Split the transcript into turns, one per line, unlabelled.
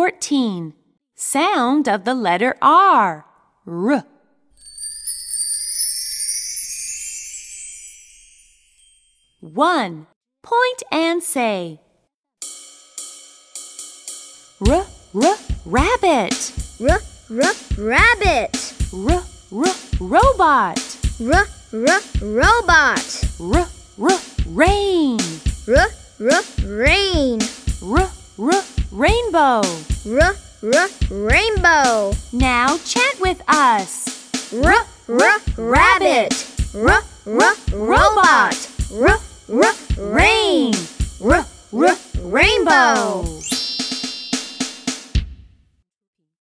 14. Sound of the letter R. R. One. Point and say. R, r, rabbit.
R, r, rabbit.
R, r, robot.
R, r, robot.
R, r, rain.
R, r, rain.
R, r, rainbow.
R, r, rainbow.
Now chant with us.
R, r, rabbit. R, r, robot. R, r, rain. R, r, rainbow.